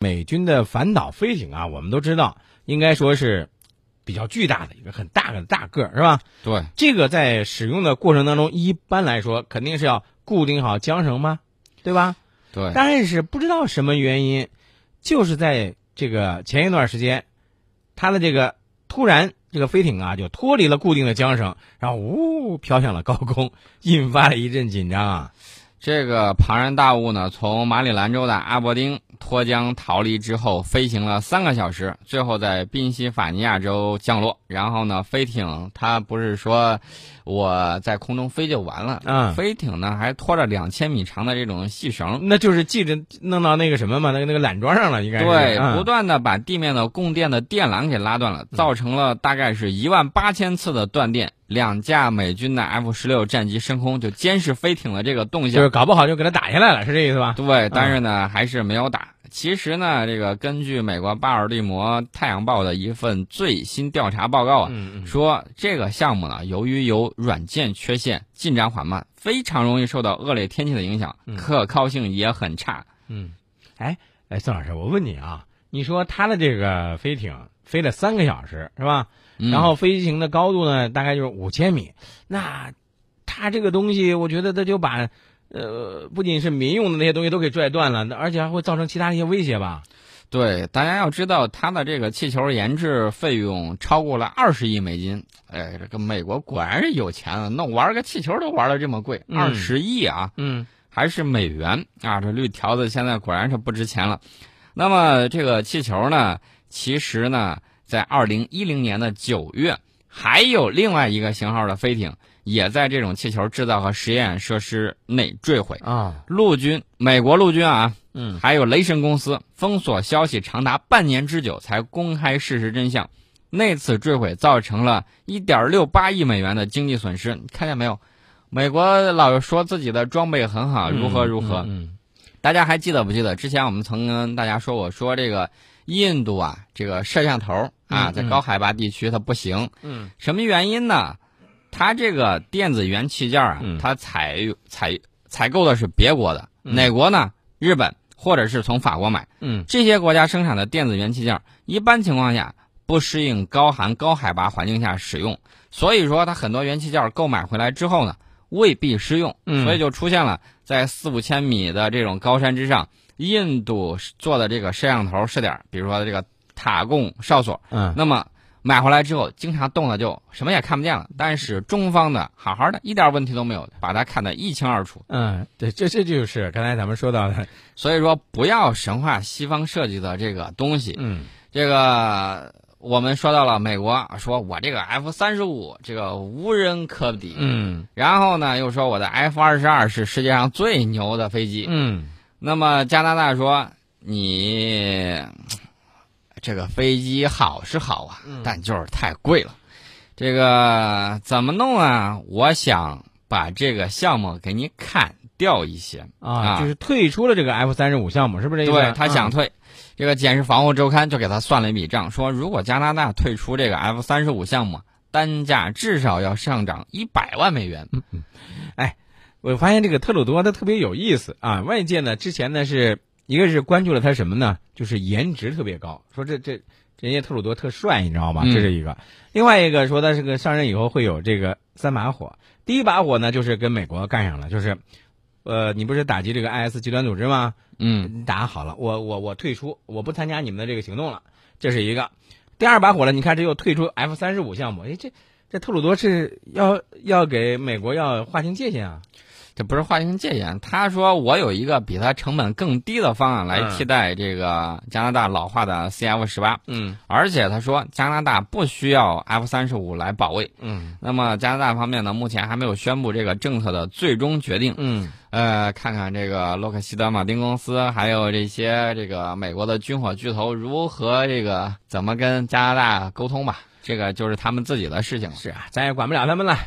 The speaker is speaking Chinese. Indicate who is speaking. Speaker 1: 美军的反导飞行啊，我们都知道，应该说是比较巨大的一个很大的大个儿，是吧？
Speaker 2: 对，
Speaker 1: 这个在使用的过程当中，一般来说肯定是要固定好缰绳嘛，对吧？
Speaker 2: 对，
Speaker 1: 但是不知道什么原因，就是在这个前一段时间，它的这个突然这个飞艇啊就脱离了固定的缰绳，然后呜飘向了高空，引发了一阵紧张啊。
Speaker 2: 这个庞然大物呢，从马里兰州的阿伯丁脱缰逃离之后，飞行了三个小时，最后在宾夕法尼亚州降落。然后呢，飞艇它不是说我在空中飞就完了，
Speaker 1: 嗯
Speaker 2: 飞艇呢还拖着两千米长的这种细绳，
Speaker 1: 那就是系着弄到那个什么嘛，那个那个缆桩上了，应该是
Speaker 2: 对，
Speaker 1: 嗯
Speaker 2: 不断的把地面的供电的电缆给拉断了，造成了大概是一万八千次的断电。两架美军的 F 十六战机升空就监视飞艇的这个动向
Speaker 1: 就。是搞不好就给它打下来了，是这意思 吧？
Speaker 2: 对，但是呢，还是没有打。其实呢，这个根据美国巴尔的摩《太阳报》的一份最新调查报告啊，
Speaker 1: 嗯
Speaker 2: 说这个项目呢，由于有软件缺陷，进展缓慢，非常容易受到恶劣天气的影响，
Speaker 1: 嗯
Speaker 2: 可靠性也很差。
Speaker 1: 嗯，哎哎，宋老师，我问你啊，你说它的这个飞艇飞了三个小时是吧？
Speaker 2: 嗯
Speaker 1: 然后飞行的高度呢，大概就是五千米。那它这个东西，我觉得它就把呃，不仅是民用的那些东西都给拽断了，那而且还会造成其他的一些威胁吧？
Speaker 2: 对，大家要知道，它的这个气球研制费用超过了二十亿美金。哎，这个美国果然是有钱啊，弄玩个气球都玩的这么贵，
Speaker 1: 嗯
Speaker 2: 二十亿啊！
Speaker 1: 嗯
Speaker 2: 还是美元啊，这绿条子现在果然是不值钱了。那么这个气球呢，其实呢，在二零一零年的九月，还有另外一个型号的飞艇也在这种气球制造和实验设施内坠毁。
Speaker 1: 啊
Speaker 2: 陆军，美国陆军啊，
Speaker 1: 嗯
Speaker 2: 还有雷神公司封锁消息长达半年之久，才公开事实真相。那次坠毁造成了1.68亿美元的经济损失，你看见没有？美国老说自己的装备很好，啊如何如何？
Speaker 1: 嗯
Speaker 2: 大家还记得不记得？之前我们曾跟大家说过，说这个印度啊，这个摄像头啊，
Speaker 1: 嗯
Speaker 2: 在
Speaker 1: 嗯
Speaker 2: 高海拔地区它不行，
Speaker 1: 嗯
Speaker 2: 什么原因呢？它这个电子元器件啊，
Speaker 1: 嗯
Speaker 2: 它采用采采购的是别国的，
Speaker 1: 嗯
Speaker 2: 哪国呢？日本或者是从法国买。
Speaker 1: 嗯
Speaker 2: 这些国家生产的电子元器件，一般情况下不适应高寒高海拔环境下使用，所以说它很多元器件购买回来之后呢，未必适用，
Speaker 1: 嗯
Speaker 2: 所以就出现了在四五千米的这种高山之上，印度做的这个摄像头试点，比如说这个塔贡哨所，
Speaker 1: 嗯
Speaker 2: 那么买回来之后，经常动了就什么也看不见了。但是中方的好好的，一点问题都没有，把它看得一清二楚。
Speaker 1: 嗯，对，这这就是刚才咱们说到的，
Speaker 2: 所以说，不要神化西方设计的这个东西。
Speaker 1: 嗯
Speaker 2: 这个我们说到了美国，说我这个 F 三十五这个无人可敌，
Speaker 1: 嗯
Speaker 2: 然后呢又说我的 F 二十二是世界上最牛的飞机。
Speaker 1: 嗯
Speaker 2: 那么加拿大说你这个飞机好是好啊，
Speaker 1: 嗯
Speaker 2: 但就是太贵了。这个怎么弄啊？我想把这个项目给你砍掉一些
Speaker 1: 啊，就是退出了这个 F 三十五项目，是不是这意思？啊
Speaker 2: 对他想退，这个《简氏防务周刊》就给他算了一笔账，说如果加拿大退出这个 F 三十五项目，单价至少要上涨一百万美元。
Speaker 1: 我发现这个特鲁多他特别有意思啊，外界呢之前呢是一个是关注了他什么呢？就是颜值特别高，说这这人家特鲁多特帅，你知道吗？
Speaker 2: 嗯
Speaker 1: 这是一个。另外一个说他这个上任以后会有这个三把火，第一把火呢就是跟美国干上了，就是。呃，你不是打击这个 IS 极端组织吗？
Speaker 2: 嗯，
Speaker 1: 你打好了，我我我退出，我不参加你们的这个行动了，这是一个。第二把火了，你看这又退出 F 三十五项目，哎，这这特鲁多是要要给美国要划清界限啊。
Speaker 2: 这不是划清界限。他说我有一个比他成本更低的方案来
Speaker 1: 嗯
Speaker 2: 替代这个加拿大老化的 CF 十八，
Speaker 1: 嗯
Speaker 2: 而且他说加拿大不需要 F 三十五来保卫。
Speaker 1: 嗯。
Speaker 2: 那么加拿大方面呢，目前还没有宣布这个政策的最终决定。
Speaker 1: 嗯
Speaker 2: 呃，看看这个洛克希德马丁公司，还有这些这个美国的军火巨头如何这个怎么跟加拿大沟通吧，这个就是他们自己的事情了，。
Speaker 1: 是啊，咱也管不了他们了。